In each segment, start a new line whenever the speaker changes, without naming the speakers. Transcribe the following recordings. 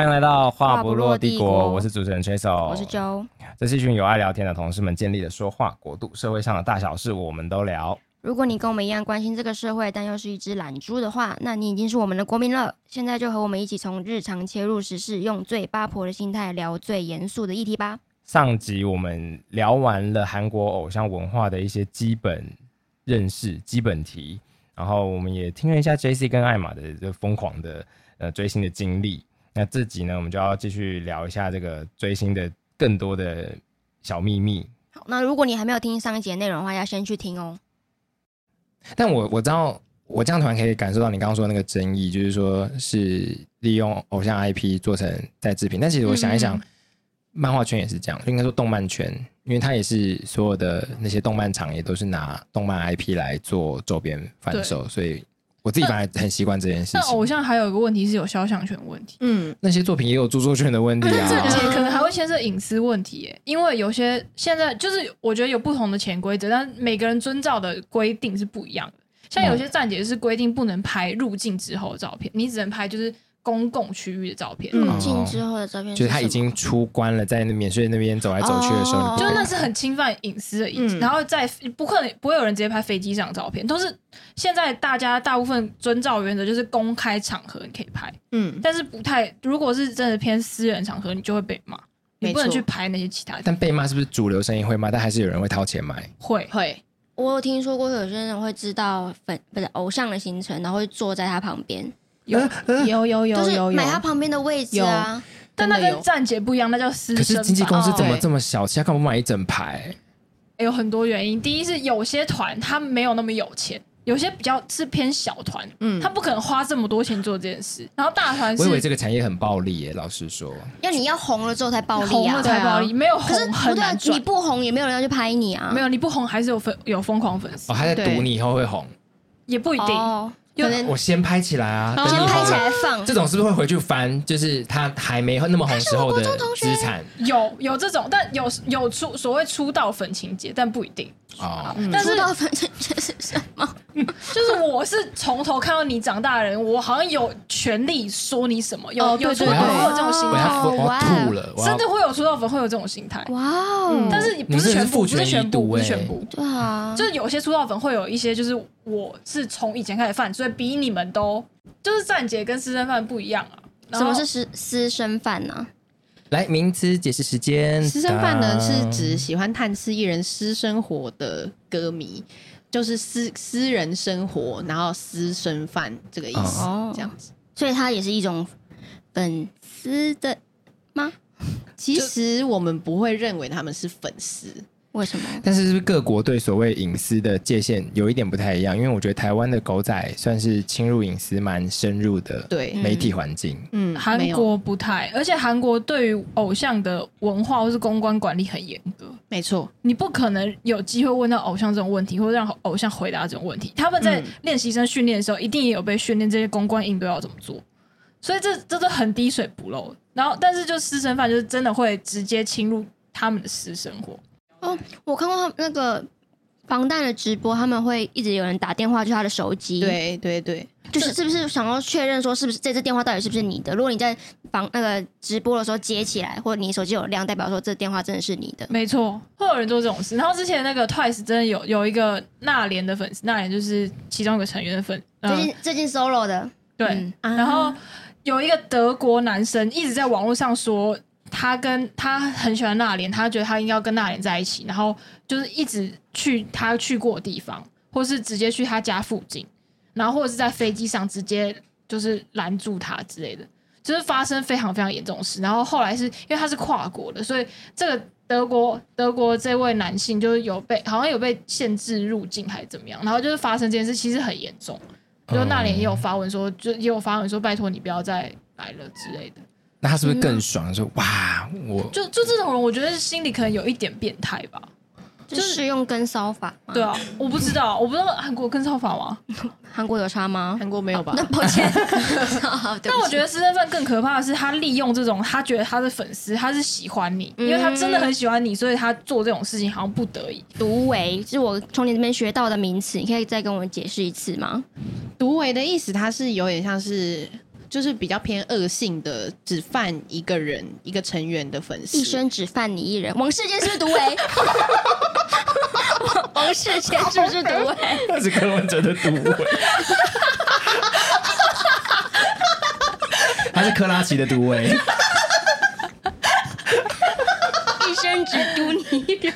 话不落帝
话不落帝
国，
国
我是主持人 Chasel，
我是周，
这是一群有爱聊天的同事们建立的说话国度，社会上的大小事我们都聊。
如果你跟我们一样关心这个社会，但又是一只懒猪的话，那你已经是我们的国民了。现在就和我们一起从日常切入时事，用最八婆的心态聊最严肃的议题吧。
上集我们聊完了韩国偶像文化的一些基本认识、基本题，然后我们也听了一下 J C 跟艾玛的这疯狂的呃追星的经历。那这集呢，我们就要继续聊一下这个追星的更多的小秘密。
好，那如果你还没有听上一节内容的话，要先去听哦。
但我我知道，我这样突然可以感受到你刚刚说的那个争议，就是说是利用偶像 IP 做成再制品。但其实我想一想，
嗯
漫画圈也是这样，应该说动漫圈，因为它也是所有的那些动漫厂也都是拿动漫 IP 来做周边贩售，所以我自己反而很习惯这件事
但偶
情。
像还有一个问题是有肖像权问题，
嗯，
那些作品也有著作权的问题
但 这
啊
而，且可能还会牵涉隐私问题耶，因为有些现在就是我觉得有不同的潜规则，但每个人遵照的规定是不一样的。像有
嗯
些站姐是规定不能拍入境之后的照片，你只能拍就是公共区域的照片，
嗯
入境之后的照片
就是
什
他已
么
经出关了，在那免税那边走来走去的时候，
哦
你
就
不
那
能
是很侵犯隐私的意思。
嗯
然后在不可能不会有人直接拍飞机上的照片，都是现在大家大部分遵照原则就是公开场合你可以拍，
嗯，
但是不太如果是真的偏私人场合，你就会被骂。你不能
没错
去拍那些其他的，
但被骂是不是主流声音会骂？但还是有人会掏钱买。
会
会，
我有听说过有些人会知道粉不是偶像的行程，然后会坐在他旁边，
有，
有有有
就是
有有
买，他旁边的位置啊。
但那
真的
跟
有
站姐不一样，那叫私
可
生
是经纪
吧
公司
哦
怎么
对
这么小气？他干嘛不买一整排？
有很多原因。第一是有些团他没有那么有钱，有些比较是偏小团，
嗯
他不可能花这么多钱做这件事。然后大团是
我以为这个产业很暴利耶，老实说，
要你要红了之后才暴力
红
啊
了！才暴利，
对
没有
可是
红
不
很
对啊
难，赚
你。不红也没有人要去拍你啊。
没有你不红还是有粉有疯狂粉丝
哦，，他在
对
赌你以后会红，
也不一定。
哦，
有
可能
我先拍起来啊，等
哦先
你
拍
红
起
了。
来放
这。种是不是会回去翻？就是他还没那么红时候的资产
有有这种，但有有出所谓出道粉情节，但不一定。
哦，
但是
嗯出道粉这这是什么？
就是我是从头看到你长大的人，我好像有权利说你什么，有、
哦
有
对
出
对
道
对
粉会有这种心
我
态，
要我我要
哇
吐了，我
真
要
的会有出道粉会有这种心态，
哇哦！
但是你
你真
不
的是
是全部，
父
不
权
是全
遗毒
部，不是
欸
全部。
对啊，
就是有些出道粉会有一些，就是我是从以前开始犯，所以比你们都就是站姐跟私生饭不一样啊。然
什
后
么是私私生饭呢？
来名词解释时间。
私生饭呢是
当
指喜欢探视艺人私生活的歌迷，就是私私人生活，然后私生饭这个意思，
哦
这样子。
所以它也是一种粉丝的吗？
其实我们不会认为他们是粉丝，
为什么？
但是是不是各国对所谓隐私的界限有一点不太一样？因为我觉得台湾的狗仔算是侵入隐私蛮深入的
对
媒体环境，
嗯，
韩
没有
国不太，而且韩国对于偶像的文化或是公关管理很严格，
没错，
你不可能有机会问到偶像这种问题，或者让偶像回答这种问题。他们在
嗯
练习生训练的时候，一定也有被训练这些公关应对要怎么做，所以这这都很滴水不漏。然后，但是就私生饭，就是真的会直接侵入他们的私生活。
我看过他那个防弹的直播，他们会一直有人打电话去他的手机，，
对对对，
就是是不是想要确认说是不是这支电话到底是不是你的？如果你在防那个直播的时候接起来，或者你手机有亮，代表说这电话真的是你的。
没错，会有人做这种事。然后之前那个 Twice 真的有有一个娜莲的粉丝，娜莲就是其中一个成员的粉，嗯、
最近最近 solo 的，
对，
嗯
啊
然后有一个德国男生一直在网络上说，他跟他很喜欢娜莲，他觉得他应该要跟娜莲在一起，然后就是一直去他去过的地方，或是直接去他家附近，然后或者是在飞机上直接就是拦住他之类的，就是发生非常非常严重的事。然后后来是因为他是跨国的，所以这个德国德国这位男性就是有被好像有被限制入境还是怎么样，然后就是发生这件事其实很严重。就那年也有发文说，就也有发文说，拜托你不要再来了之类的。
那他是不是更爽？说哇，我
就就这种人，我觉得心里可能有一点变态吧。
就
就是
是用跟骚法吗？
对，啊，我不知道，我不知道韩国跟超法吗？
韩国有差吗？
韩国没有吧
那？ 抱 歉，好对
但
不
我
起
觉得私生饭更可怕的是，他利用这种他觉得他是粉丝，他是喜欢你，因为他真的很喜欢你，所以他做这种事情好像不得已。
独为是我从你那边学到的名词，你可以再跟我解释一次吗？
独为的意思，它是有点像是就是比较偏恶性的，只犯一个人一个成员的粉丝。
一生只犯你一人，王世坚是不是独 为？王世坚是不是独为？
那是柯文哲的独尾，他是克拉奇的独尾，
一生只独你一人。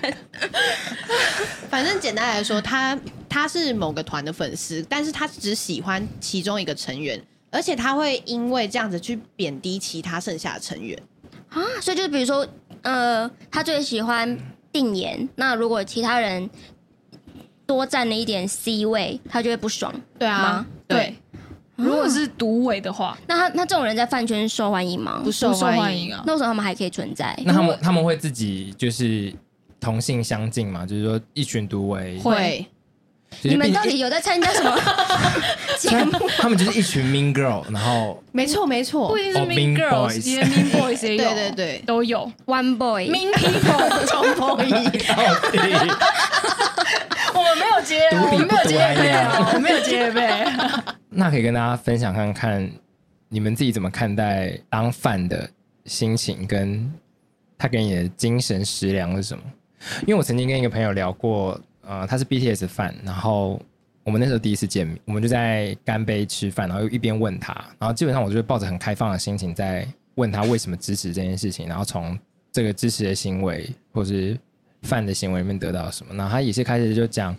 反正简单来说，他他是某个团的粉丝，但是他只喜欢其中一个成员，而且他会因为这样子去贬低其他剩下的成员。
啊，所以就是比如说，呃，他最喜欢定妍，那如果其他人多占了一点 C 位，他就会不爽。
对
吗，
对
对，如果是独尾的话，
那他那这种人在饭圈受欢迎吗？
不受
不受
欢
欢
迎
迎啊。
那为什么他们还可以存在？
那他们他们会自己就是同性相近嘛？就是说一群独为，
会
会
就是
你们
并
到底有在参加什么 节目？
他们就是一 群 mean girl，然 后
没错没
不
错
一定是
哦
Mean
，Mean
Girls，
Boys
也 Mean Boys 也有，
对对对
都有。
One Boy，
Mean People，
冲锋衣，
到 底
我们没有接，
独
我
比
们没有
不独
接
还
配
良
哦，我们没有接啊配。
那可以跟大家分享看看，你们自己怎么看待当饭的心情，跟他给你的精神食粮是什么？因为我曾经跟一个朋友聊过，呃，他是 BTS 饭，然后我们那时候第一次见面，我们就在干杯吃饭，然后又一边问他，然后基本上我就抱着很开放的心情在问他为什么支持这件事情，然后从这个支持的行为或是饭的行为里面得到什么，然后他也是开始就讲。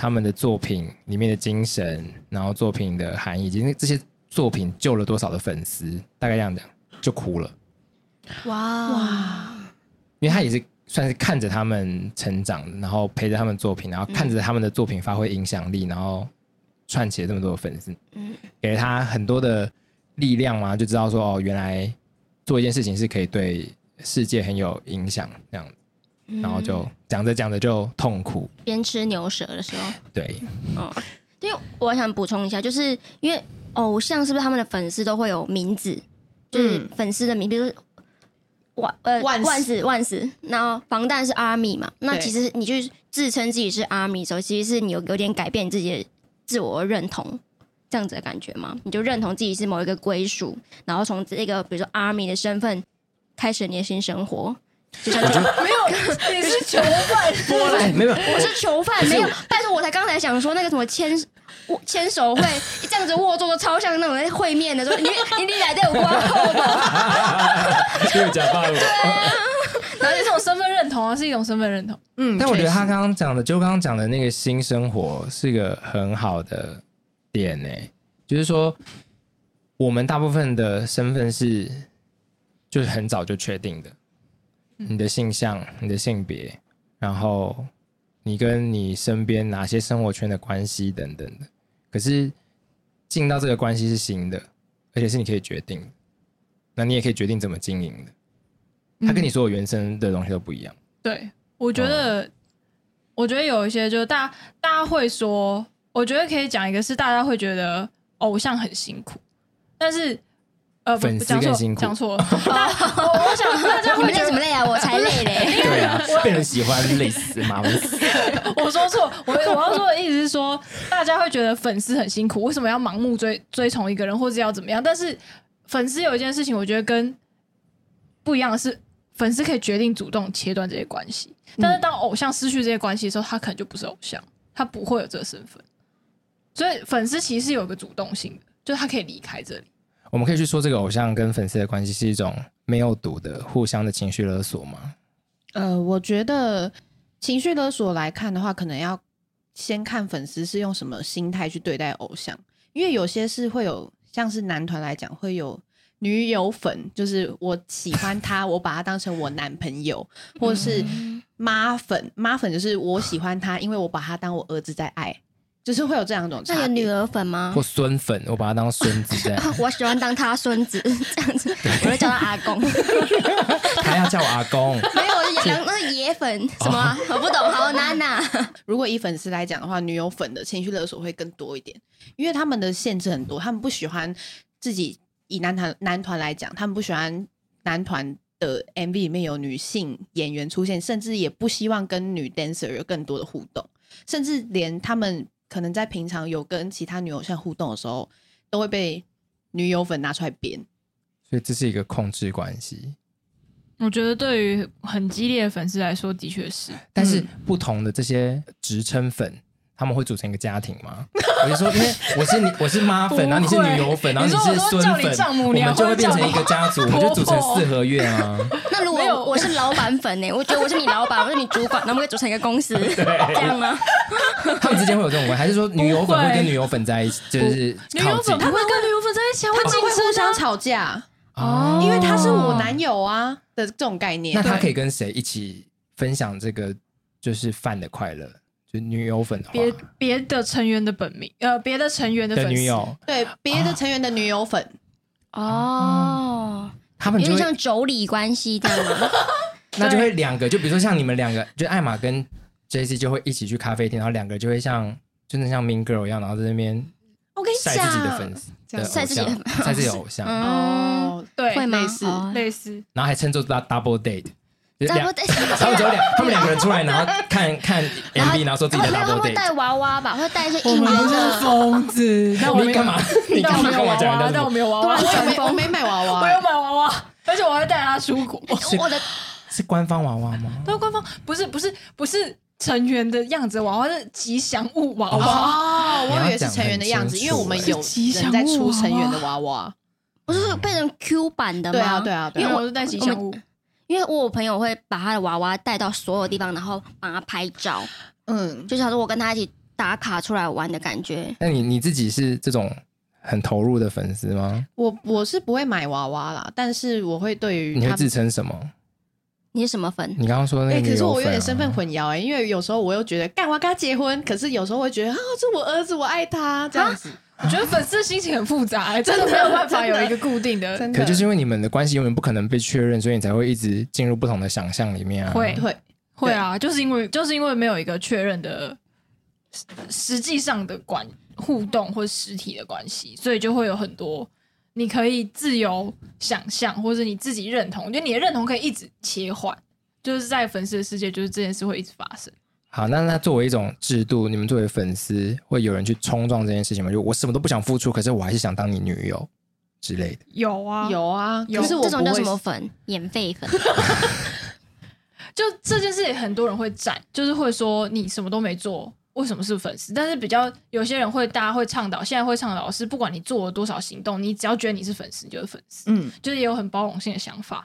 他们的作品里面的精神，然后作品的含义，以及那这些作品救了多少的粉丝，大概这样讲就哭了，
哇哇，
因为他也是算是看着他们成长，然后陪着他们作品，然后看着他们的作品发挥影响力，然后串起了这么多的粉丝，
嗯
给了他很多的力量嘛，就知道说哦，原来做一件事情是可以对世界很有影响这样，然后就讲着讲着就痛苦，
边吃牛舌的时候。
对，
哦，因为我想补充一下，就是因为偶像是不是他们的粉丝都会有名字，就是
嗯
粉丝的名，比如说万呃
万斯
万斯万斯，然后防弹是 army 嘛，那
对
其实你就是自称自己是 army 的时候，其实是你有有点改变你自己的自我认同。这样子的感觉吗？你就认同自己是某一个归属，然后从这个比如说 army 的身份开始你的新生活，就像这种
没有， 你是囚 犯，波兰
哎没有，
我是囚犯，没有。但是我才刚才想说那个什么牵握牵手 会这样子握住，超像那种在会面的说你你你来对我挂后吧，
又讲到我。
而且这种身份认同啊，是一种身份认同。
嗯，
但我觉得
确实
他刚刚讲的，就刚刚讲的那个新生活是一个很好的点呢、就是说我们大部分的身份是就是很早就确定的，
嗯
你的性向、你的性别，然后你跟你身边哪些生活圈的关系等等的。可是进到这个关系是新的，而且是你可以决定的，那你也可以决定怎么经营的。它
嗯
跟你所有原生的东西都不一样。
对，我
哦
觉得，我觉得有一些就是大家大家会说，我觉得可以讲一个是大家会觉得偶像很辛苦，但是呃，不
粉丝
讲错
更辛苦
讲错了。大家我我 想大家
你
会
们累
觉
什
得
么累啊？我才累 嘞。
对 啊，被人喜欢累死麻烦死。
我说错，我我要说的意思是说，大家会觉得粉丝很辛苦，为什么要盲目追追从一个人，或者要怎么样？但是粉丝有一件事情，我觉得跟不一样的是，粉丝可以决定主动切断这些关系，但是当偶像失去这些关系的时候，他可能就不是偶像，他不会有这个身份。所以粉丝其实是有一个主动性的，就是他可以离开这里。
我们可以去说这个偶像跟粉丝的关系是一种没有毒的互相的情绪勒索吗？
呃，我觉得情绪勒索来看的话，可能要先看粉丝是用什么心态去对待偶像，因为有些是会有，像是男团来讲会有。女友粉就是我喜欢他，我把他当成我男朋友，或是
嗯
妈粉，妈粉就是我喜欢他，因为我把他当我儿子在爱，就是会有这两种差
那有
别。
女儿粉
嗯
吗
或？孙粉，我把他当孙子 这样，
我喜欢当他孙子 这样子，我就叫他阿 公。
还要叫我阿公。
没有，我就讲 那是野粉什么啊，我不懂。好，娜 娜，
如果以粉丝来讲的话，女友粉的情绪勒索会更多一点，因为他们的限制很多，他们不喜欢自己以男团男团来讲，他们不喜欢男团的 MV 里面有女性演员出现，甚至也不希望跟女 dancer 有更多的互动，甚至连他们可能在平常有跟其他女偶像互动的时候，都会被女友粉拿出来编。
所以这是一个控制关系。
我觉得对于很激烈的粉丝来说，的确是
但是
嗯
不同的这些职称粉，他们会组成一个家庭吗？我就说，因为我是你，我是妈粉，
不
然后你是
会
女友粉，然后
你说
是
我
孙
都叫你
粉，
丈母
我
娘
们就
或
会
者
变
叫
成一个家族，我们就组成四合院啊。
那如果
没有
我是老板粉呢、我觉得我是你老板，我是你主管，那我们可以组成一个公 司，这样吗？
他们之间会有这种关系，还是说女友粉会跟女友粉在一起，就是
女
靠
友
近
粉，？他们跟女友粉在一起啊，
他们会互
竞争啊
相吵架，
哦
因为他是我男友啊的这种概念
那。他可以跟谁一起分享这个就是饭的快乐？就是女友粉的话
别别的成员的本名，呃，别的成员的粉
的
丝
女友，
对别的成员的女友粉，
嗯哦，
他
有
们就
点
会
像妯娌关系这样 吗？
那就会两个，就比如说像你们两个，就艾玛跟 J C 就会一起去咖啡厅，然后两个就会像真的像 Mean Girl 一样，然后在那边
我跟你
晒
讲，
自己的粉丝，
这样
的
晒自己的
偶像晒自己的偶像，
嗯
哦，
对
会吗
类？似
哦
类似，
然后还称作 dou- double date，就是
差不
两
多对什么
他们只有两，他们两个人出来，然后看看 MV，然后 说自己的
没有他
double
会
date。
带娃娃吧，会带一些应援的。
疯子，
但我没
你干嘛？你
但
干
我
嘛
没有
跟我
娃
讲
娃
人，家
但
什么？
我没有娃
我
娃，
有没我没买娃娃，
我有买娃娃，而啊且我还带他出国。
我的
是官方娃娃吗？
但官方不是不是不是成员的样子的娃娃，是吉祥物娃娃。
哦，
你要
我以为是
讲
成员的
很
样子，
清
因为我们
楚
有
是吉祥
人在
物
出
娃
成员
娃
的娃娃。
不是变成 Q 版的吗？
对啊，对啊，对
因
啊
为我是带吉祥物，
因为我有朋友会把他的娃娃带到所有地方，然后帮他拍照，
嗯，
就想说我跟他一起打卡出来玩的感觉。
那你你自己是这种很投入的粉丝吗？
我我是不会买娃娃啦，但是我会对于
你会
嗯他
自
们。
称什么？
你是什么粉？
你刚刚说那
哎、
个女
可是
友
我
粉
有
啊，
点身份混淆哎、因为有时候我又觉得干我要跟他结婚，可是有时候会觉得啊，这我儿子，我爱他这样子。
我觉得粉丝心情很复杂、欸，真
真
的
的
没有办法
真
有
的
一个固定 的。
真
可
的
就是因为你们的关系永远不可能被确认，所以你才会一直进入不同的想象里面啊。
会
会
会啊，就是因为就是因为没有一个确认的实实际上的关互动或实体的关系，所以就会有很多你可以自由想象，或者你自己认同。我觉得你的认同可以一直切换，就是在粉丝的世界，就是这件事会一直发生。
好，那那作为一种制度，你们作为粉丝会有人去冲撞这件事情吗？就我什么都不想付出，可是我还是想当你女友之类的。
有啊，
有啊，
有
可是我
这种
不
叫
会
什么粉？眼狒粉。
就这件事情，很多人会站，就是会说你什么都没做，为什么是粉丝？但是比较有些人会，大家会倡导，现在会倡导是，不管你做了多少行动，你只要觉得你是粉丝，你就是粉丝，
嗯，
就是也有很包容性的想法。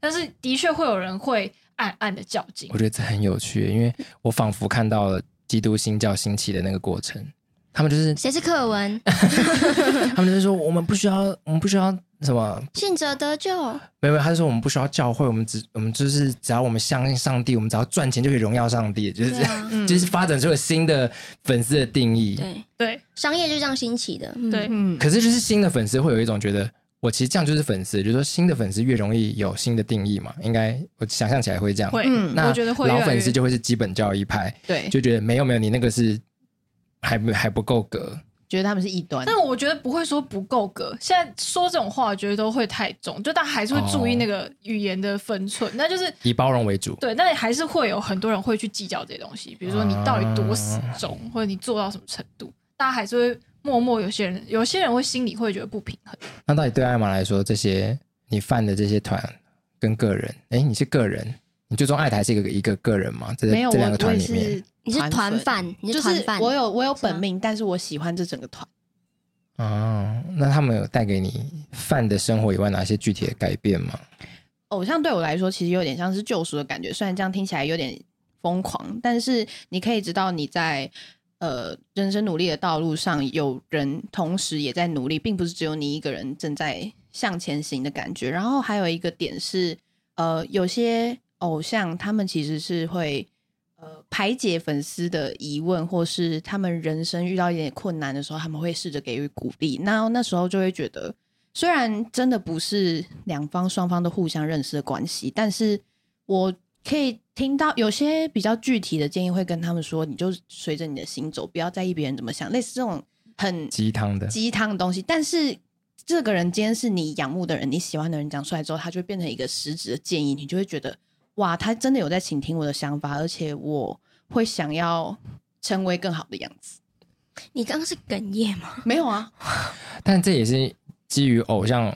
但是的确会有人会暗暗的较劲
我，觉得这很有趣，因为我仿佛看到了基督新教兴起的那个过程。他们就是，
谁是 课文？
他们就是说，我们不需要，我们不需要什么
信者得救。
没有，没有，他是说我们不需要教会，我们只我们就是只要我们相信上帝，我们只要赚钱就可以荣耀上帝，就是这
对
样，
啊，
嗯
就是发展出了新的粉丝的定义。
对，
对
商业就这样兴起的。嗯
对，
嗯，
可是就是新的粉丝会有一种觉得，我其实这样就是粉丝，就是说新的粉丝越容易有新的定义嘛，应该我想象起来会这样。
会，
嗯
那
我觉得会越
老
来
粉丝
越
就会是基本教义派，
对，
就觉得没有没有，你那个是还不还不够格。
觉得他们是异端。
但我觉得不会说不够格。现在说这种话，我觉得都会太重，就大家还是会注意
哦
那个语言的分寸。那就是
以包容为主，
对，那还是会有很多人会去计较这些东西，比如说你到底多死忠，或者你做到什么程度，大家还是会默默有些人，有些人会心里会觉得不平衡。
那到底对艾玛来说，这些你犯的这些团跟个人，哎，你是个人，你最终爱的还是一个一个个人吗？这
没有，
这
我
两个
我
团
也
里面，
是
你是团
团粉，
饭，你
就是
团
是
饭。
我有我有
是吗
本命，但是我喜欢这整个团。
哦，那他们有带给你饭的生活以外哪些具体的改变吗？
偶像对我来说，其实有点像是救赎的感觉。虽然这样听起来有点疯狂，但是你可以知道你在呃人生努力的道路上，有人同时也在努力，并不是只有你一个人正在向前行的感觉。然后还有一个点是，呃，有些偶像他们其实是会。呃，排解粉丝的疑问，或是他们人生遇到一点困难的时候，他们会试着给予鼓励。那那时候就会觉得，虽然真的不是两方双方都互相认识的关系，但是我可以听到有些比较具体的建议，会跟他们说，你就随着你的心走，不要在意别人怎么想，类似这种很
鸡汤的，
鸡汤的东西。但是这个人今天是你仰慕的人，你喜欢的人讲出来之后，他就会变成一个实质的建议，你就会觉得哇，他真的有在倾听我的想法，而且我会想要成为更好的样子。
你刚刚是哽咽吗？
没有啊，
但这也是基于偶像，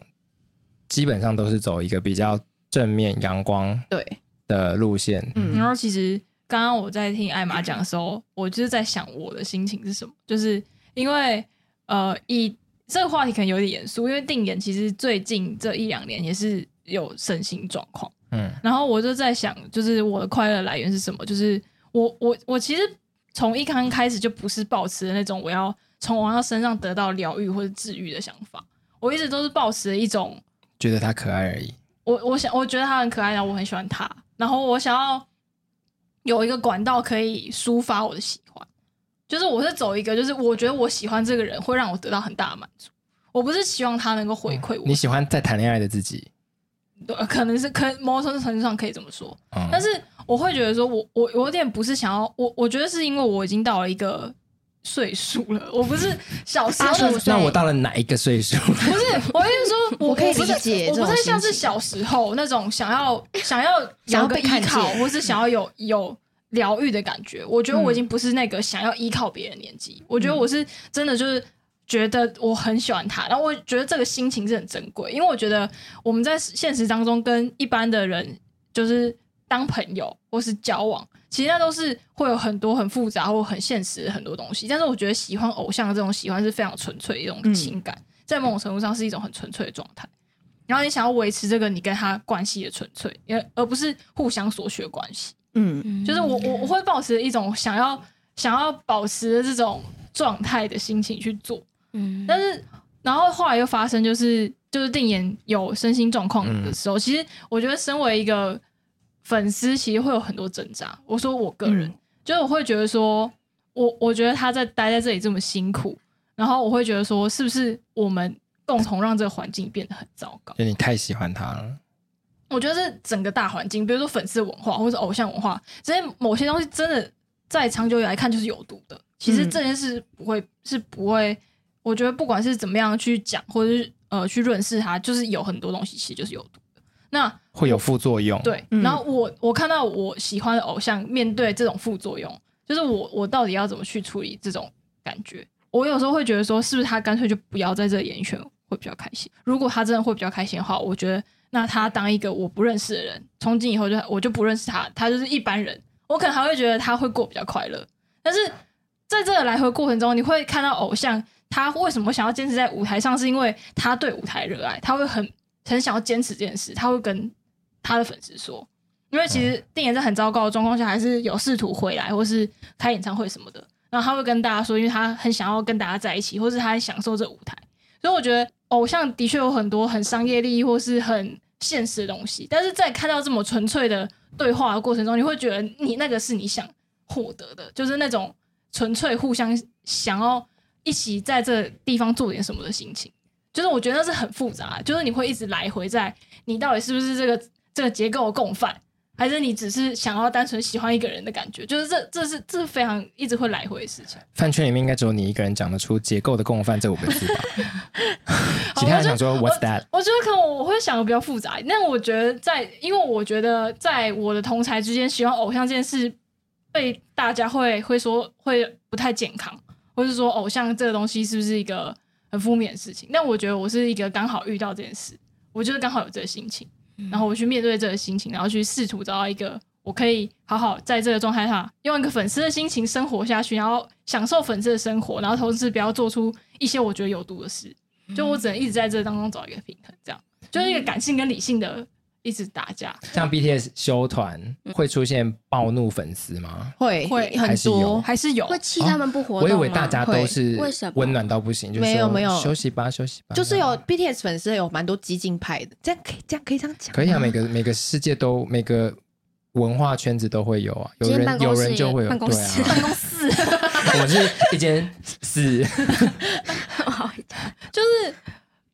基本上都是走一个比较正面、阳光
对，
的路线。
嗯
然后其实刚刚我在听艾玛讲的时候，我就是在想我的心情是什么，就是因为呃，以这个话题可能有点严肃，因为定演其实最近这一两年也是有身心状况，
嗯
然后我就在想，就是我的快乐来源是什么？就是我我我其实从一刚开始就不是抱持那种我要从王耀身上得到疗愈或者治愈的想法，我一直都是抱持一种
觉得他可爱而已。
我我想我觉得他很可爱，然后我很喜欢他，然后我想要有一个管道可以抒发我的喜欢，就是我是走一个，就是我觉得我喜欢这个人会让我得到很大的满足，我不是希望他能够回馈
嗯你
我
喜欢在谈恋爱的自己，
对，可能是可某种程度上可以这么说，
嗯，
但是我会觉得说我，我我有点不是想要我，我觉得是因为我已经到了一个岁数了，我不是小时候
85
的
岁，
那我到了哪一个岁数？
不是， 我跟你说，我
我可以
不是
理解
我
这
不
种
是像
心
是
情
小时候那种想要想要
想要
有个
被
依
看
靠，
见
或是想要有有疗愈的感觉。我觉得我已经
嗯
不是那个想要依靠别人的年纪，我觉得我是真的就是。觉得我很喜欢他，然后我觉得这个心情是很珍贵，因为我觉得我们在现实当中跟一般的人就是当朋友或是交往，其实那都是会有很多很复杂或很现实的很多东西。但是我觉得喜欢偶像的这种喜欢是非常纯粹的一种
嗯
情感，在某种程度上是一种很纯粹的状态。然后你想要维持这个你跟他关系的纯粹，而而不是互相索取的关系。
嗯，
就是我我我会保持一种想要想要保持这种状态的心情去做，
嗯，
但是然后后来又发生就是就是定妍有身心状况的时候，其实我觉得身为一个粉丝，其实会有很多挣扎。我说我个人，就是我会觉得说，我我觉得他在待在这里这么辛苦，然后我会觉得说，是不是我们共同让这个环境变得很糟糕？
就你太喜欢他了，
我觉得是整个大环境，比如说粉丝文化或者偶像文化，这些某些东西真的在长久以来看就是有毒的。其实这件事不会、是不会，我觉得不管是怎么样去讲，或者是呃去认识它，就是有很多东西其实就是有毒的。那
会有副作用。，
对，
嗯
然后我我看到我喜欢的偶像面对这种副作用，就是我我到底要怎么去处理这种感觉？我有时候会觉得说，是不是他干脆就不要在这里演艺圈会比较开心？如果他真的会比较开心的话，我觉得那他当一个我不认识的人，从今以后就我就不认识他，他就是一般人，我可能还会觉得他会过比较快乐。但是在这个来回过程中，你会看到偶像他为什么想要坚持在舞台上，是因为他对舞台热爱，他会很很想要坚持这件事，他会跟他的粉丝说，因为其实定妍在很糟糕的状况下，还是有试图回来或是开演唱会什么的，然后他会跟大家说，因为他很想要跟大家在一起，或是他很享受这舞台，所以我觉得偶像的确有很多很商业利益或是很现实的东西，但是在看到这么纯粹的对话的过程中，你会觉得你那个是你想获得的，就是那种纯粹互相想要一起在这地方做点什么的心情。就是我觉得那是很复杂的，就是你会一直来回在你到底是不是这个这个结构的共犯，还是你只是想要单纯喜欢一个人的感觉？就是这这是这是非常一直会来回的事情。
饭圈里面应该只有你一个人讲得出“结构的共犯”这五个 字吧？
好
其他人
我就
想说
我
“What's that”？
我觉得可能我会想的比较复杂，但我觉得在，因为我觉得在我的同才之间，喜欢偶像这件事被大家会会说会不太健康，或是说偶像这个东西是不是一个很负面的事情？但我觉得我是一个刚好遇到这件事，我就是刚好有这个心情，然后我去面对这个心情，然后去试图找到一个我可以好好在这个状态下，用一个粉丝的心情生活下去，然后享受粉丝的生活，然后同时不要做出一些我觉得有毒的事。就我只能一直在这当中找一个平衡，这样就是一个感性跟理性的一直打架。
像 BTS 休团会出现暴怒粉丝
嗯
吗？
会
会
还
很
是有
多，
还是有
会气他们不活
我
动
以
吗？
为大家都是
会为什么
温暖到不行，就是
没有
说
没有
休息吧，休息吧，
就是有 BTS 粉丝有蛮多激进派的，这样可以这样可以这样讲吗，
可以啊，每个每个世界都每个文化圈子都会有啊，有
今天办
人有
公室
人就会有
办公室
对啊，
公室，
我们是一间 是
就是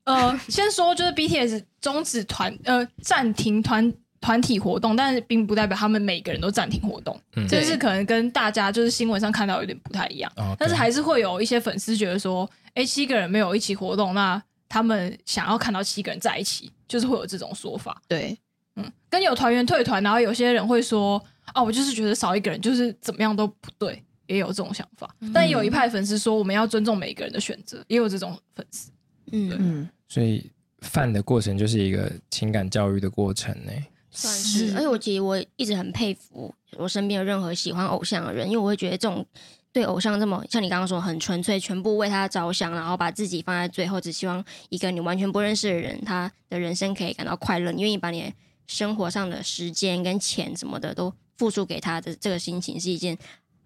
呃，先说就是 BTS 终止团呃暂停团团体活动，但是并不代表他们每个人都暂停活动，
嗯
这是可能跟大家就是新闻上看到有点不太一样。
哦
但是
对
还是会有一些粉丝觉得说，哎、七个人没有一起活动，那他们想要看到七个人在一起，就是会有这种说法。
对，
嗯，跟有团员退团，然后有些人会说啊，我就是觉得少一个人就是怎么样都不对，也有这种想
嗯
法。但有一派粉丝说我们要尊重每个人的选择，也有这种粉丝。
嗯，
嗯，
所以犯的过程就是一个情感教育的过程欸呢、
算是呃
是。
而且我其实我一直很佩服我身边的任何喜欢偶像的人，因为我会觉得这种对偶像这么像你刚刚说很纯粹，全部为他着想，然后把自己放在最后，只希望一个你完全不认识的人，他的人生可以感到快乐。你愿意把你的生活上的时间跟钱什么的都付出给他的这个心情，是一件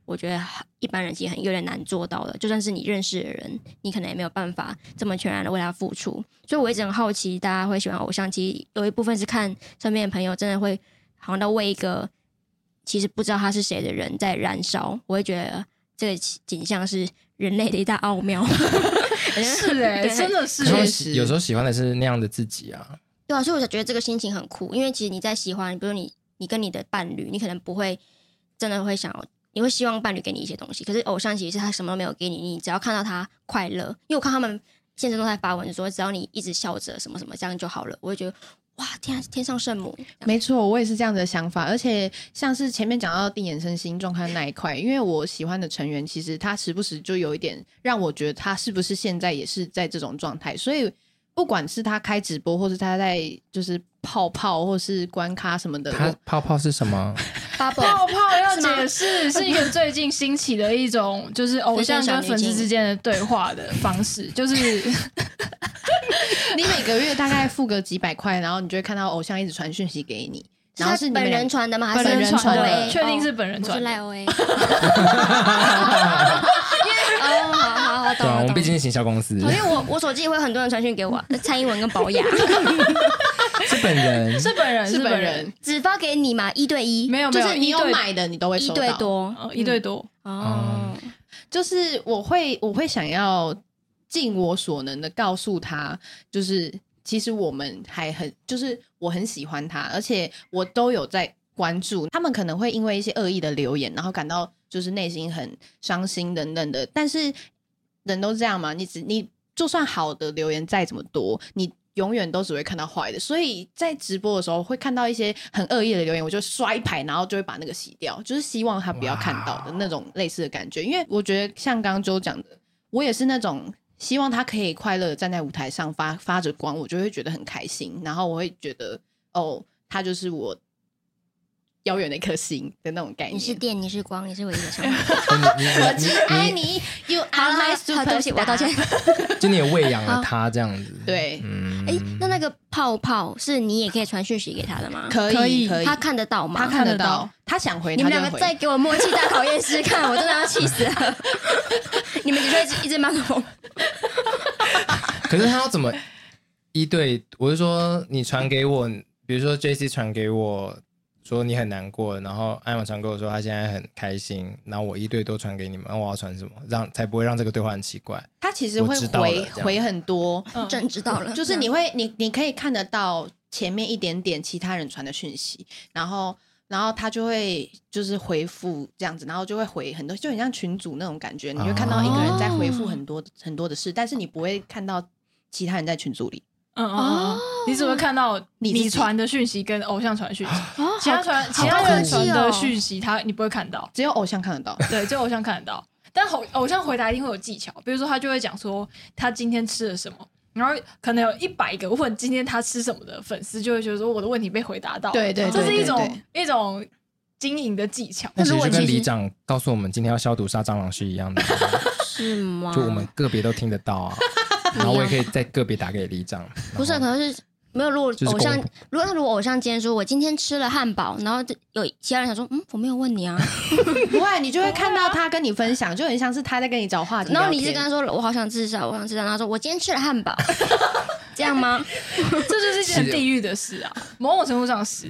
我觉得一般人其实很有点难做到的。就算是你认识的人，你可能也没有办法这么全然的为他付出。所以我一直很好奇，大家会喜欢偶像，其实有一部分是看身边的朋友真的会好像都为一个其实不知道他是谁的人在燃烧。我会觉得这个景象是人类的一大奥妙。
是哎、
对
真的是
然后
确
喜
实
有时候喜欢的是那样的自己啊，
对啊，所以我才觉得这个心情很酷，因为其实你在喜欢，比如你你跟你的伴侣，你可能不会真的会想要，你会希望伴侣给你一些东西，可是偶像其实是他什么都没有给你，你只要看到他快乐，因为我看他们现实中在发文说，只要你一直笑着什么什么这样就好了，我会觉得哇，天啊，天上圣母，这样
没错，我也是这样子的想法。而且像是前面讲到定眼身心状态那一块，因为我喜欢的成员，其实他时不时就有一点让我觉得他是不是现在也是在这种状态。所以不管是他开直播，或是他在就是泡泡，或是关卡什么的，
他
我
泡泡是什 么？
bubble
泡泡要
是吗
解释是一个最近兴起的一 种，就是偶像跟粉丝之间的对话的方式，就是
你每个月大概付个几百块，然后你就会看到偶像一直传讯息给你，然后
是
你们
本
俩
人传的吗？还
本
是
人
传
传的
的，
的？
确定是本人
不是
传
赖
的。
O A。
对啊，
哦，好好好，懂了
我
懂
们
了
毕竟是行销公司，
因为我我手机也会有很多人传讯给我，啊蔡英文跟宝雅，
是本 人。
是本人，
是
本
本人，，
只发给你嘛，一对一，
没有没
就
有，
是你
一
有
对
买的，你都会
一
收
对
到。
多
呃一对多，
哦，
嗯
就是我会我会想要尽我所能的告诉他，就是其实我们还很，就是我很喜欢他，而且我都有在关注。他们可能会因为一些恶意的留言，然后感到就是内心很伤心等等的。但是人都这样嘛，你只你就算好的留言再怎么多，你。永远都只会看到坏的，所以在直播的时候会看到一些很恶意的留言，我就刷一排，然后就会把那个洗掉，就是希望他不要看到的
哇
那种类似的感觉。因为我觉得像刚刚周讲的，我也是那种希望他可以快乐地站在舞台上发发着光，我就会觉得很开心，然后我会觉得哦，他就是我遥远的一颗星的那种概
你是
念。
电，你是光，你是唯一的生
你你
我只爱
哎
你你
你，You
好
are
啦
my
好，对不起，
superstar。
我道歉。。
你就你也喂养了他这样子。
对
嗯
哎，那那个泡泡是你也可以传讯息给他的吗？
可以
可
可
以
以，
他看得到吗？
他看
看得
得
到
到，他想回
你
他
们
就
两个
回
再给我默契大考验试试看，我真的要气死了！你们只会一直一直麦克风，
可是他要怎么一对？我是说，你传给我，比如说 J C 传给我说你很难过，然后艾玛传给我说他现在很开心，然后我一对都传给你们，那我要传什么？让才不会让这个对话很奇怪。
他其实
我
会
知道了
回
这样
回很多，
嗯
真知道了，
就是你会你你可以看得到前面一点点其他人传的讯息，然后然后他就会就是回复这样子，然后就会回很多，就很像群主那种感觉，你会看到一个人在回复很多、很多的事，但是你不会看到其他人在群组里。
嗯嗯
哦
嗯，你只会看到
你自己
你传的讯息跟偶像传的讯息，
哦
其他传其他
好
人
科技哦
传的讯息他你不会看到，
只有偶像看得到，
对，就偶像看得到。但偶偶像回答一定会有技巧，比如说他就会讲说他今天吃了什么，然后可能有一百个问今天他吃什么的粉丝就会觉得说我的问题被回答到了，
对对
这
对
是一
对
种一种经营的技巧。
那
但
其
是
实
我
就跟
其实
里长告诉我们今天要消毒杀蟑螂是一样的，
是吗？
就我们个别都听得到啊。然后我也可以再个别打给里长，
不是，
然
可
后
能是没有。如果
哦就是
偶像
公布，
如果他如果偶像今天说我今天吃了汉堡，然后就有其他人想说，嗯，我没有问你啊，
不会，你就会看到他跟你分享，就很像是他在跟你找话题聊天。
啊然后你是跟他说我好想自杀，我想自杀，然后他说我今天吃了汉堡， 这样吗？
这就是一件地狱的事啊，某种程度上是。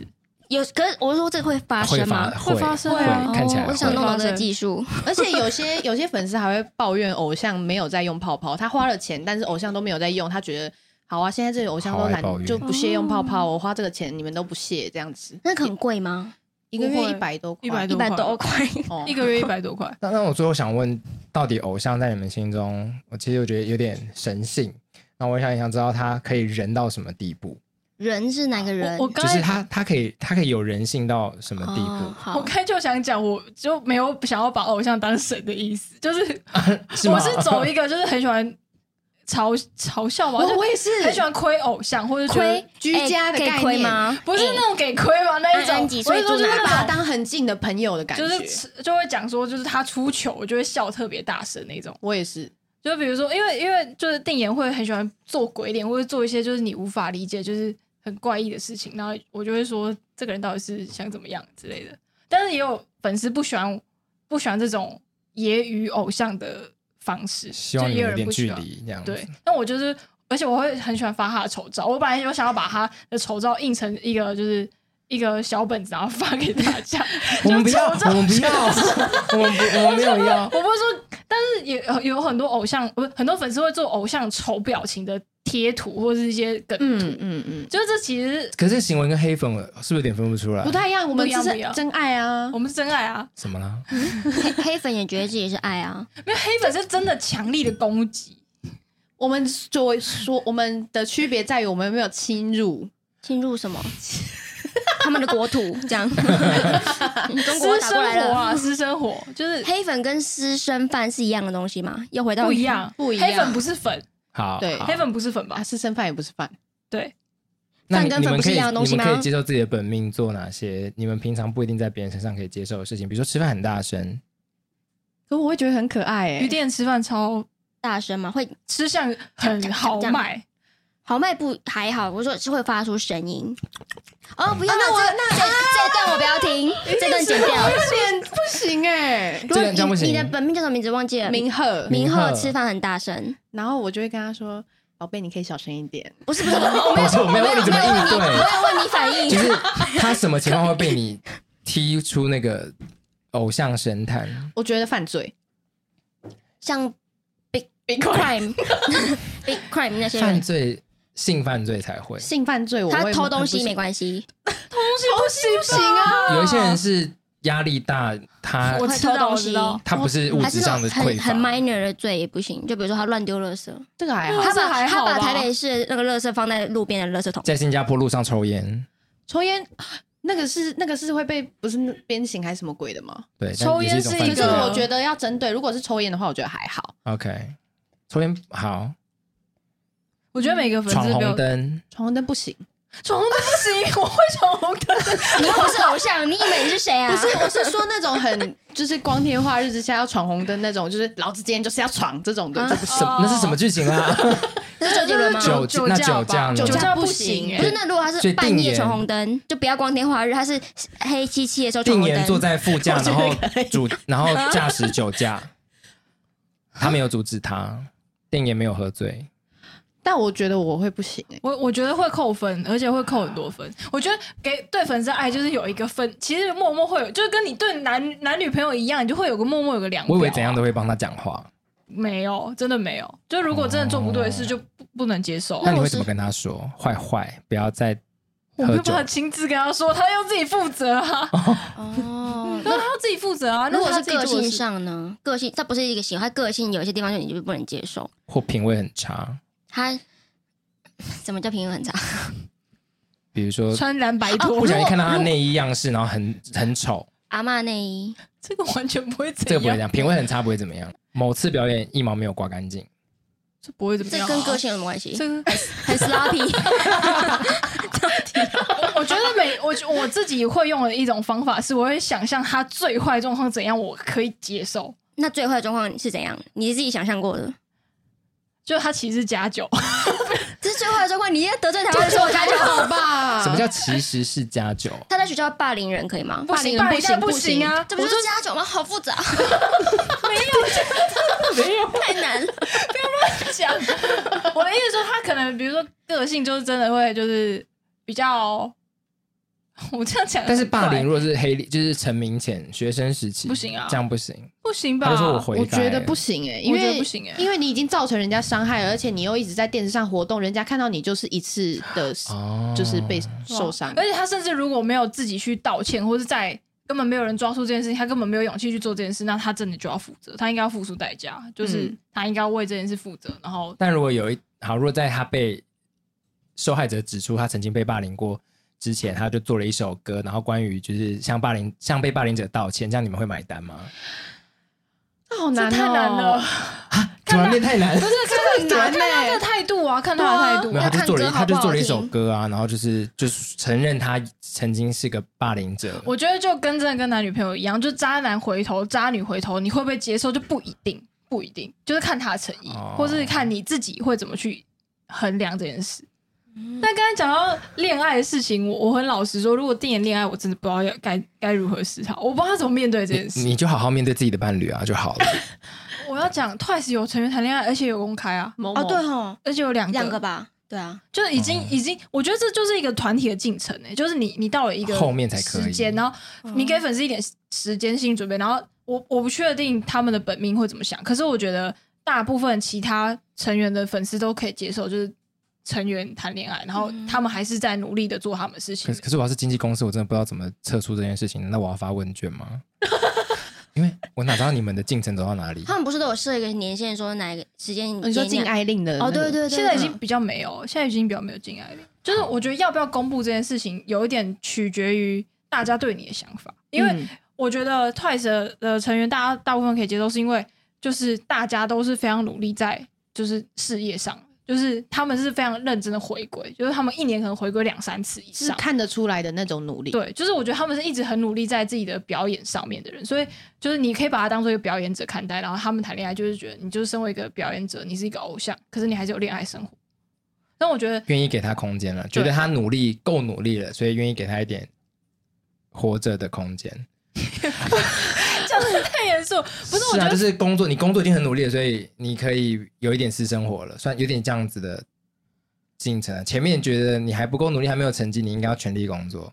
有，可是我说这会发
会
生
发
吗？
会
发生
会
啊
看起来
哦我想
会
弄懂这
发生
个技术，
而且有些有些粉丝还会抱怨偶像没有在用泡泡，他花了钱，但是偶像都没有在用，他觉得好啊，现在这个偶像都
好爱抱
懒，
怨
就不屑用泡泡，
哦
我花这个钱你们都不屑这样子，
那个很贵吗？
一个
不
月
会
一百多块，
100
一
多
百
块
多块，
哦
一个月一百多块，
那那我最后想问，到底偶像在你们心中，我其实我觉得有点神性。那我想想知道他可以人到什么地步，
人是哪个人？
我我刚
就是
才
他他可以他可以有人性到什么地
哦
步，
好
我刚才就想讲，我就没 有想要把偶像当神的意思，就是
啊是吗
我是走一个就是很喜欢嘲嘲笑吗？
我
就
我也是
很喜欢亏偶像，或者觉得
亏
居家
哎
的
可以
概念
亏吗？
不是
哎
那种给亏嘛那一
安
种，
安几
我
岁
是说
住
就
哪
是
他把
那
他
种
当很近的朋友的感觉。
就是就会讲说，就是他出糗，就会笑特别大声那种。
我也是，
就比如说，因为因为就是定言会很喜欢做鬼脸，或者做一些就是你无法理解，就是很怪异的事情。然后我就会说，这个人到底是想怎么样之类的。但是也有粉丝不喜欢不喜欢这种揶揄偶像的方式，
希望
就
你
也
们
有
有
人
点
不喜
距
欢。
离这样子。
对，那我就是，而且我会很喜欢发他的丑照。我本来有想要把他的丑照印成一个就是一个小本子，然后发给大 家。
我们不要，
就丑照
我们不要，我们不，我们没有要。
我不是说，但是也有有很多偶像，不是很多粉丝会做偶像丑表情的贴图或是一些梗图，
嗯嗯嗯，
就是这其实
可是行为跟黑粉是不是有点分不出来？
不太一样，我们
不一
这
样
是
不一样
真爱啊
我！们是真爱啊，
什么啦？
黑黑粉也觉得自己是爱啊，
因为黑粉是真的强力的攻击，
我们所谓说我们的区别在于我们有没有侵入，
侵入什么他们的国土这样，中国
私
打过
生
来
活啊，
了。
私生活就是
黑粉跟私生饭是一样的东西吗？又回到
不一样，
不一样
黑粉不是粉，
好，
对
好
黑粉不是粉吧
啊，？是剩饭也不是饭。
对，
那你
饭跟
你
粉
们
不是
可以
一样的东西
你
吗
们可以接受自己的本命做哪些？你们平常不一定在别人身上可以接受的事情，比如说吃饭很大 声，
可我会觉得很可爱哎、
鱼店吃饭超
大声嘛，会
吃相很豪迈，
豪迈不还好，我说是会发出声音。哦，不要，
啊那
那
我
这
那
这这段我不要 听，这段剪掉。
点不行哎、
如果
这段这样不行
你你的本名叫什么名字忘记了？
明赫，
明
明
赫
赫
吃饭很大声，
然后我就会跟他说：“宝贝，你可以小声一点。
不是不是， 我
不是我没有问你怎么应
我
对，
要问你反应
就。是他什么情况会被你踢出那个偶像神坛？”
我觉得犯罪，
像 big big crime big crime 那些
犯
人，
罪、性犯罪才会。
性犯罪我会
他偷
很
东西
不
没
行
关系，
东西不行啊
有一些
哦
人是压力大，他
我
会
知
偷
道，我
东
知
西，
道，
他不是呃物
还
质
是
上
那
的
种
匮
很
乏
很。minor 的罪也不行，就比如说他乱丢垃圾，
这个还
哇
好。
他
这
把
还
他
好
把
吧
台北市那个垃圾放在路边的垃圾桶，
在新加坡路上抽烟，
抽烟那个是那个是会被不是鞭刑还是什么鬼的吗？
对，
抽
但也
烟
是一种
是一
犯
可是
罪
个
啊。
我觉得要针对，如果是抽烟的话，我觉得还好。
OK，抽烟好，
我觉得每个粉丝
闯
没有
红灯，
闯红灯不行，
闯红灯不行，我会闯红灯，
你又不是偶像，你以为你是谁啊？
不是，我是说那种很 就是光天化日之下要闯红灯那种，就是老子今天就是要闯这种的
啊
就不行。
什么那是什么剧情啊？
是周杰伦吗？
酒那酒驾
吧
呢
酒驾
不
不
行
行
不是，欸
哎，
那如果他
所以
是
定
半夜
言
闯红灯，就不要光天化日，他是黑漆漆的时候闯
定
红
言坐
灯。
在副驾，
我觉
然
得
后
可以
主，然后驾驶酒驾，他没有阻止他，定言没有喝醉，
但我觉得我会不行哎、
我我觉得会扣分，而且会扣很多分。我觉得给对粉丝爱就是有一个分，其实默默会有，就是跟你对男男女朋友一样，你就会有个默默有个量表
我
啊。
以为怎样都会帮他讲话，
没有，真的没有。就如果真的做不对的事，就不不能接受
那。你
我
会
是
怎么跟他说？坏坏，不要再
我
喝
没有
酒
办法。亲自跟他说，他要自己负责啊，
哦，
那他要自己负责啊。
如果
那
是
他自己
个
做的
性
事
上呢？个性他不是一个喜欢，他个性有一些地方就你就不能接受。
或品味很差，
他怎么叫平衡很差？
比如说
穿啊蓝白
啊不
拖
小
鞋，
心看到他内衣样式，然后很很丑，
阿嬷内衣，
这个完全不会
这个
怎
不会这
样，
样，品味很差不会怎么样。某次表演一毛没有刮干净，
这不会怎么
这
样啊。
跟个性有什么关系？
这个
很 sloppy，
我觉得每我我自己会用的一种方法是，我会想象他最坏状况怎样，我可以接受。
那最坏的状况是怎样？你自己想象过的？
就他其实是假酒，
这是最坏的状况，你要得罪台湾人说我家就好。
好吧？
什么叫其实是加酒？
他在学校霸凌人可以吗？
不
行
行
霸
霸
凌
凌
不
不
行
行啊！
这
我
不
就是
家酒吗？好复 杂，
没有
太难了。
讲。我的意思说，他可能比如说个性就是真的会就是比较，我这样讲，
但是霸凌如果是黑历，就是成名前学生时期，
不行啊
这样不行。
不行
他
吧？
就说我悔
我
改，
觉得不行哎、因
我觉得
为
不行欸
因为你已经造成人家伤害了，而且你又一直在电视上活动，人家看到你就是一次的，
哦
就是被
哇哎
受伤。
而且他甚至如果没有自己去道歉，或是在根本没有人抓住这件事情，他根本没有勇气去做这件事，那他真的就要负责，他应该要付出代价，就是
嗯
他应该要为这件事负责，然后
但如果有一好，如果在他被受害者指出他曾经被霸凌过之前，他就做了一首歌，然后关于就是向霸凌 向被霸凌者道歉，这样你们会买单吗？
那好
这
难、哦，
太难了。
转变太 难。
真的
很难
看他
欸
的态度啊，看
对
他
啊
的态度
没有，他
要
就
看
做了一，
歌
他就
好不
做了一
好
首
听
歌啊，然后就是就是承认他曾经是个霸凌者。
我觉得就跟真的跟男女朋友一样，就渣男回头，渣女回头，你会不会接受就不一定，不一定，就是看他的诚意，
哦
或是看你自己会怎么去衡量这件事。
嗯
那刚才讲到恋爱的事情，我我很老实说，如果定演恋爱，我真的不知道要该该如何是好，我不知道怎么面对这件
你
事。
你就好好面对自己的伴侣啊就 好了。
我要讲 Twice 有成员谈恋爱，而且有公开啊，
某
哦，对吼，
而且有两
两个，吧，对啊，
就是已
嗯
经、已经，我觉得这就是一个团体的进程诶、就是你你到了一个
后面才可以
时间，然后
嗯
你给粉丝一点时间性准备，然后我我不确定他们的本命会怎么想，可是我觉得大部分其他成员的粉丝都可以接受，就是成员谈恋爱，然后
嗯
他们还是在努力的做他们的事情
可是，可是我要是经纪公司，我真的不知道怎么测出这件事情，那我要发问卷吗？ 因为我哪知道你们的进程走到哪里？
他们不是都有设一个年限，说哪个时间
哦你说禁
尽
爱令的那
哦，
个
对对对，
现在已
对
经比较没有，现在已经比较没有禁爱了。就是我觉得要不要公布这件事情，有一点取决于大家对你的想法，因为
嗯
我觉得 Twice 的的成员大家大部分可以接受，是因为就是大家都是非常努力在就是事业上，就是他们是非常认真的回归，就是他们一年可能回归两三次以
是
上。
看得出来的那种努力。
对，就是我觉得他们是一直很努力在自己的表演上面的人，所以就是你可以把他当做一个表演者看待，然后他们谈恋爱就是觉得你就是身为一个表演者，你是一个偶像，可是你还是有恋爱生活。但我觉得
愿意给他空间了，觉得他努力够努力了，所以愿意给他一点活着的空间。
讲的太严肃，不是我
是啊，
觉得
就是工作，你工作已经很努力了，所以你可以有一点私生活了，算有点这样子的进程啊。前面觉得你还不够努力，还没有成绩，你应该要全力工作。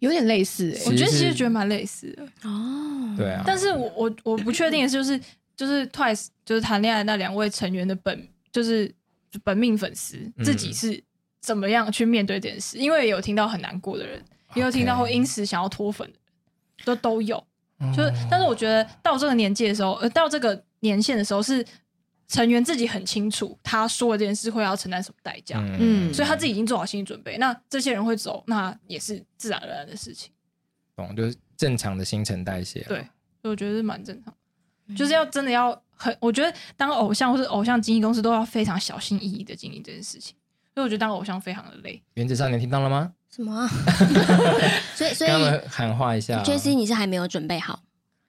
有点类似、欸，
我觉得
其
其
实
实
是
觉得蛮类似的。
哦，
对啊，
嗯但是我我我不确定的是就是就是 Twice 就是谈恋爱那两位成员的本就是本命粉丝
嗯
自己是怎么样去面对这件事，因为有听到很难过的人，也有听到会因此想要脱粉的人，都都有。
哦嗯
就是，但是我觉得到这个年纪的时候，呃，到这个年限的时候，是成员自己很清楚他说的这件事会要承担什么代价，
嗯，
所以他自己已经做好心理准备。那这些人会走，那也是自然而然的事情。
懂，就是正常的新陈代谢啊。
对所以我觉得是蛮正常
嗯
的，就是要真的要很，我觉得当偶像或是偶像经纪公司都要非常小心翼翼的经营这件事情，所以我觉得当偶像非常的累。
原子少年听到了吗？
什么 啊？所以所
跟
以
他们啊喊话一下。
Jessie 你是还没有准备好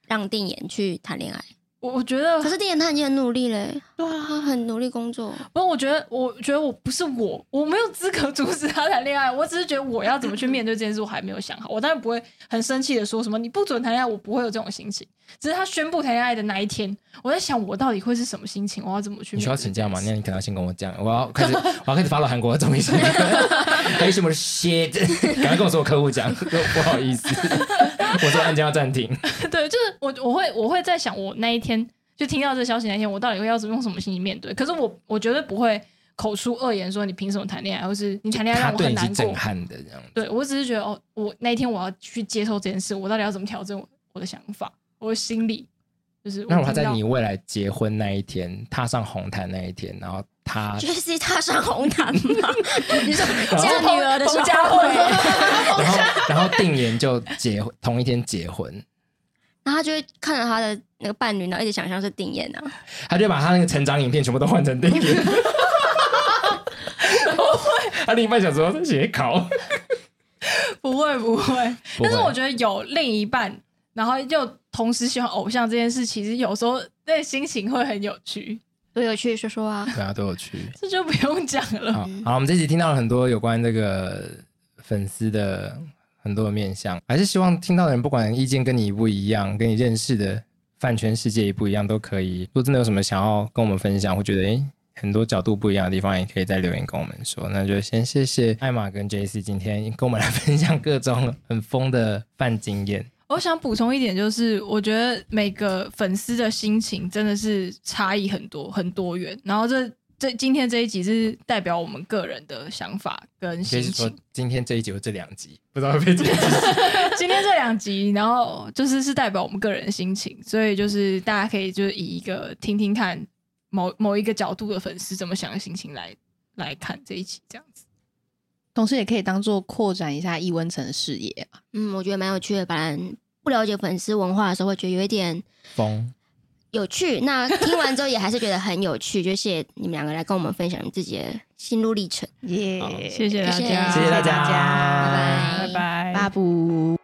让定妍去谈恋爱，
我我觉得
可是定妍她已经很努力嘞，
对啊，
她很努力工作，
啊
不是，我觉得，我觉得我不是我，我没有资格阻止他谈恋爱。我只是觉得我要怎么去面对这件事，我还没有想好。我当然不会很生气的说什么你不准谈恋爱，我不会有这种心情。只是他宣布谈恋爱的那一天，我在想我到底会是什么心情，我要怎么去
你
面
需
对
要
这件事。
请假吗？那你可能要先跟我讲，我 要开始，我要开始发到韩国的综艺上，还有什么 shit，赶快跟我说我客户 讲，说不好意思，我这个案件要暂停。
对，就是我我会我会在想，我那一天就听到这消息那一天，我到底会要用什么心情面对？可是我我绝对不会口出恶言说你凭什么谈恋爱，或是你谈恋爱
他
让我
对
很
你是
难过
震。撼的这样。
对我只是觉得哦，我那一天我要去接受这件事，我到底要怎么调整我我的想法，我的心理，就是我
那我
听
在
到
你未来结婚那一天，踏上红毯那一天，然后他
Jessie 踏上红毯 吗？你说
后
嫁女儿的时候，
彭佳慧
然后然后定妍就结婚同一天结婚，
然后她就会看着她的那个伴侣，然后一直想象是定妍啊，
他就把他那个成长影片全部都换成定 妍。他另一半想说这写考，
不会不会，
不
但是
会
我觉得有另一半，然后又同时喜欢偶像这件事，其实有时候那心情会很有趣，
多有趣，说说啊，
对啊，都有趣。
这就不用讲了。
好，好，我们这集听到了很多有关这个粉丝的很多的面向，还是希望听到的人，不管意见跟你不一样，跟你认识的饭圈世界也不一样，都可以。如果真的有什么想要跟我们分享，或觉得诶很多角度不一样的地方，也可以在留言跟我们说。那就先谢谢艾玛跟 J C 今天跟我们来分享各种很疯的饭经验。
我想补充一点，就是我觉得每个粉丝的心情真的是差异很多，很多元。然后这这今天这一集是代表我们个人的想法跟
就
心
是说
情。
今天这一集或这两集，不知道会被剪辑。
今天这两集，然后就是是代表我们个人的心情，所以就是大家可以就是以一个听听看某某一个角度的粉丝怎么想的心情来来看这一集，这样子。
同时也可以当做扩展一下易温层的视野啊。
嗯，我觉得蛮有趣的，把人不了解粉丝文化的时候，会觉得有一点
疯
有趣。那听完之后也还是觉得很有趣，就谢谢你们两个来跟我们分享你们自己的心路历程。
耶、
谢谢大家，
谢谢大
家
拜
拜拜，
巴布。